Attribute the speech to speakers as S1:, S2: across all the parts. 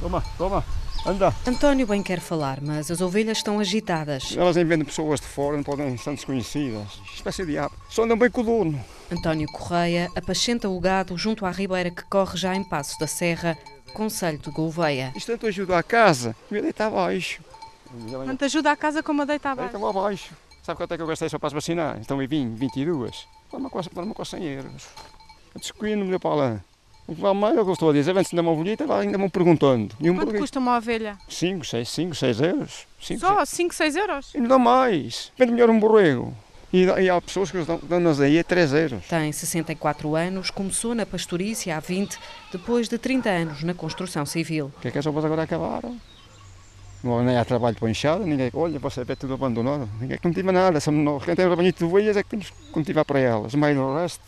S1: Toma, toma, anda.
S2: António bem quer falar, mas as ovelhas estão agitadas.
S1: Elas nem vendo pessoas de fora, não podem ser desconhecidas. Espécie de diabo. Só andam bem com o dono.
S2: António Correia apascenta o gado junto à ribeira que corre já em Passo da Serra, Conselho de Gouveia.
S1: Isto tanto ajuda à casa. Me deita abaixo. Ela
S3: Tanto ajuda a casa como a deitar abaixo.
S1: Deita-me abaixo. Sabe quanto é que eu gastei só para as vacinar? Então, e vim, 22. Para uma coisa, para uma coisa 100 euros. Eu descuido-me, meu Paula. O que vale mais é o que eu estou a dizer. Antes ainda uma bolita, agora ainda vão perguntando. E um
S3: Quanto
S1: burguês?
S3: custa uma ovelha?
S1: 5, 6, 5, 6 euros. 5,
S3: Só 5, 6 euros.
S1: E não dá mais. Vende melhor um borrego. E, dá- e há pessoas que nos dão- dão-nos aí a 3 euros.
S2: Tem 64 anos, começou na pastorícia há 20, depois de 30 anos na construção civil.
S1: O que é que as obras agora acabaram? Não, nem há trabalho para enxada, ninguém. Olha, você vê tudo abandonado. Ninguém cultiva nada. Somos nós. Quem tem rebanho de ovelhas é que temos que cultivar para elas. Mas o resto,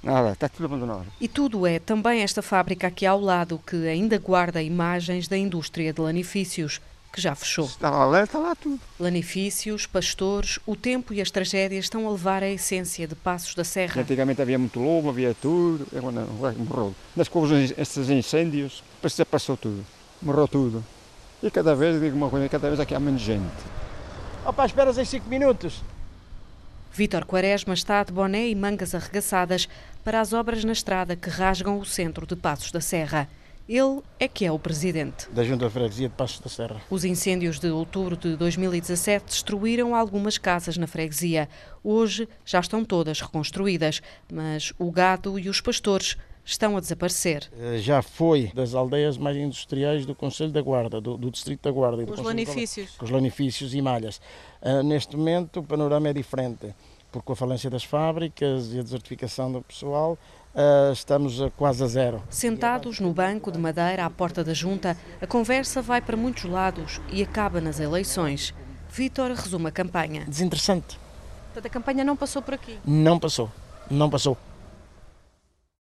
S1: nada. Está tudo abandonado.
S2: E tudo é também esta fábrica aqui ao lado que ainda guarda imagens da indústria de lanifícios, que já fechou.
S1: Está lá, está lá tudo.
S2: Lanifícios, pastores, o tempo e as tragédias estão a levar a essência de Passos da Serra.
S1: Antigamente havia muito lobo, havia tudo. Agora não, agora morreu. Nas coisas, estes incêndios, parece que passou tudo. Morreu tudo. E cada vez, digo uma coisa, cada vez aqui há menos gente.
S4: Opa, esperas em 5 minutos.
S2: Vítor Quaresma está de boné e mangas arregaçadas para as obras na estrada que rasgam o centro de Passos da Serra. Ele é que é o presidente.
S4: Da Junta de Freguesia de Passos da Serra.
S2: Os incêndios de outubro de 2017 destruíram algumas casas na freguesia. Hoje já estão todas reconstruídas, mas o gado e os pastores estão a desaparecer.
S4: Eh, Já foi das aldeias mais industriais do Conselho da Guarda, do, do Distrito da Guarda. e do
S3: Os
S4: Conselho de Guarda.
S3: lanifícios.
S4: Com os lanifícios e malhas. Ah, neste momento o panorama é diferente, porque com a falência das fábricas e a desertificação do pessoal, ah, estamos a quase a zero.
S2: Sentados no banco de madeira à porta da junta, a conversa vai para muitos lados e acaba nas eleições. Vítor resume a campanha.
S4: Desinteressante.
S3: Portanto, a campanha não passou por aqui.
S4: Não passou. Não passou.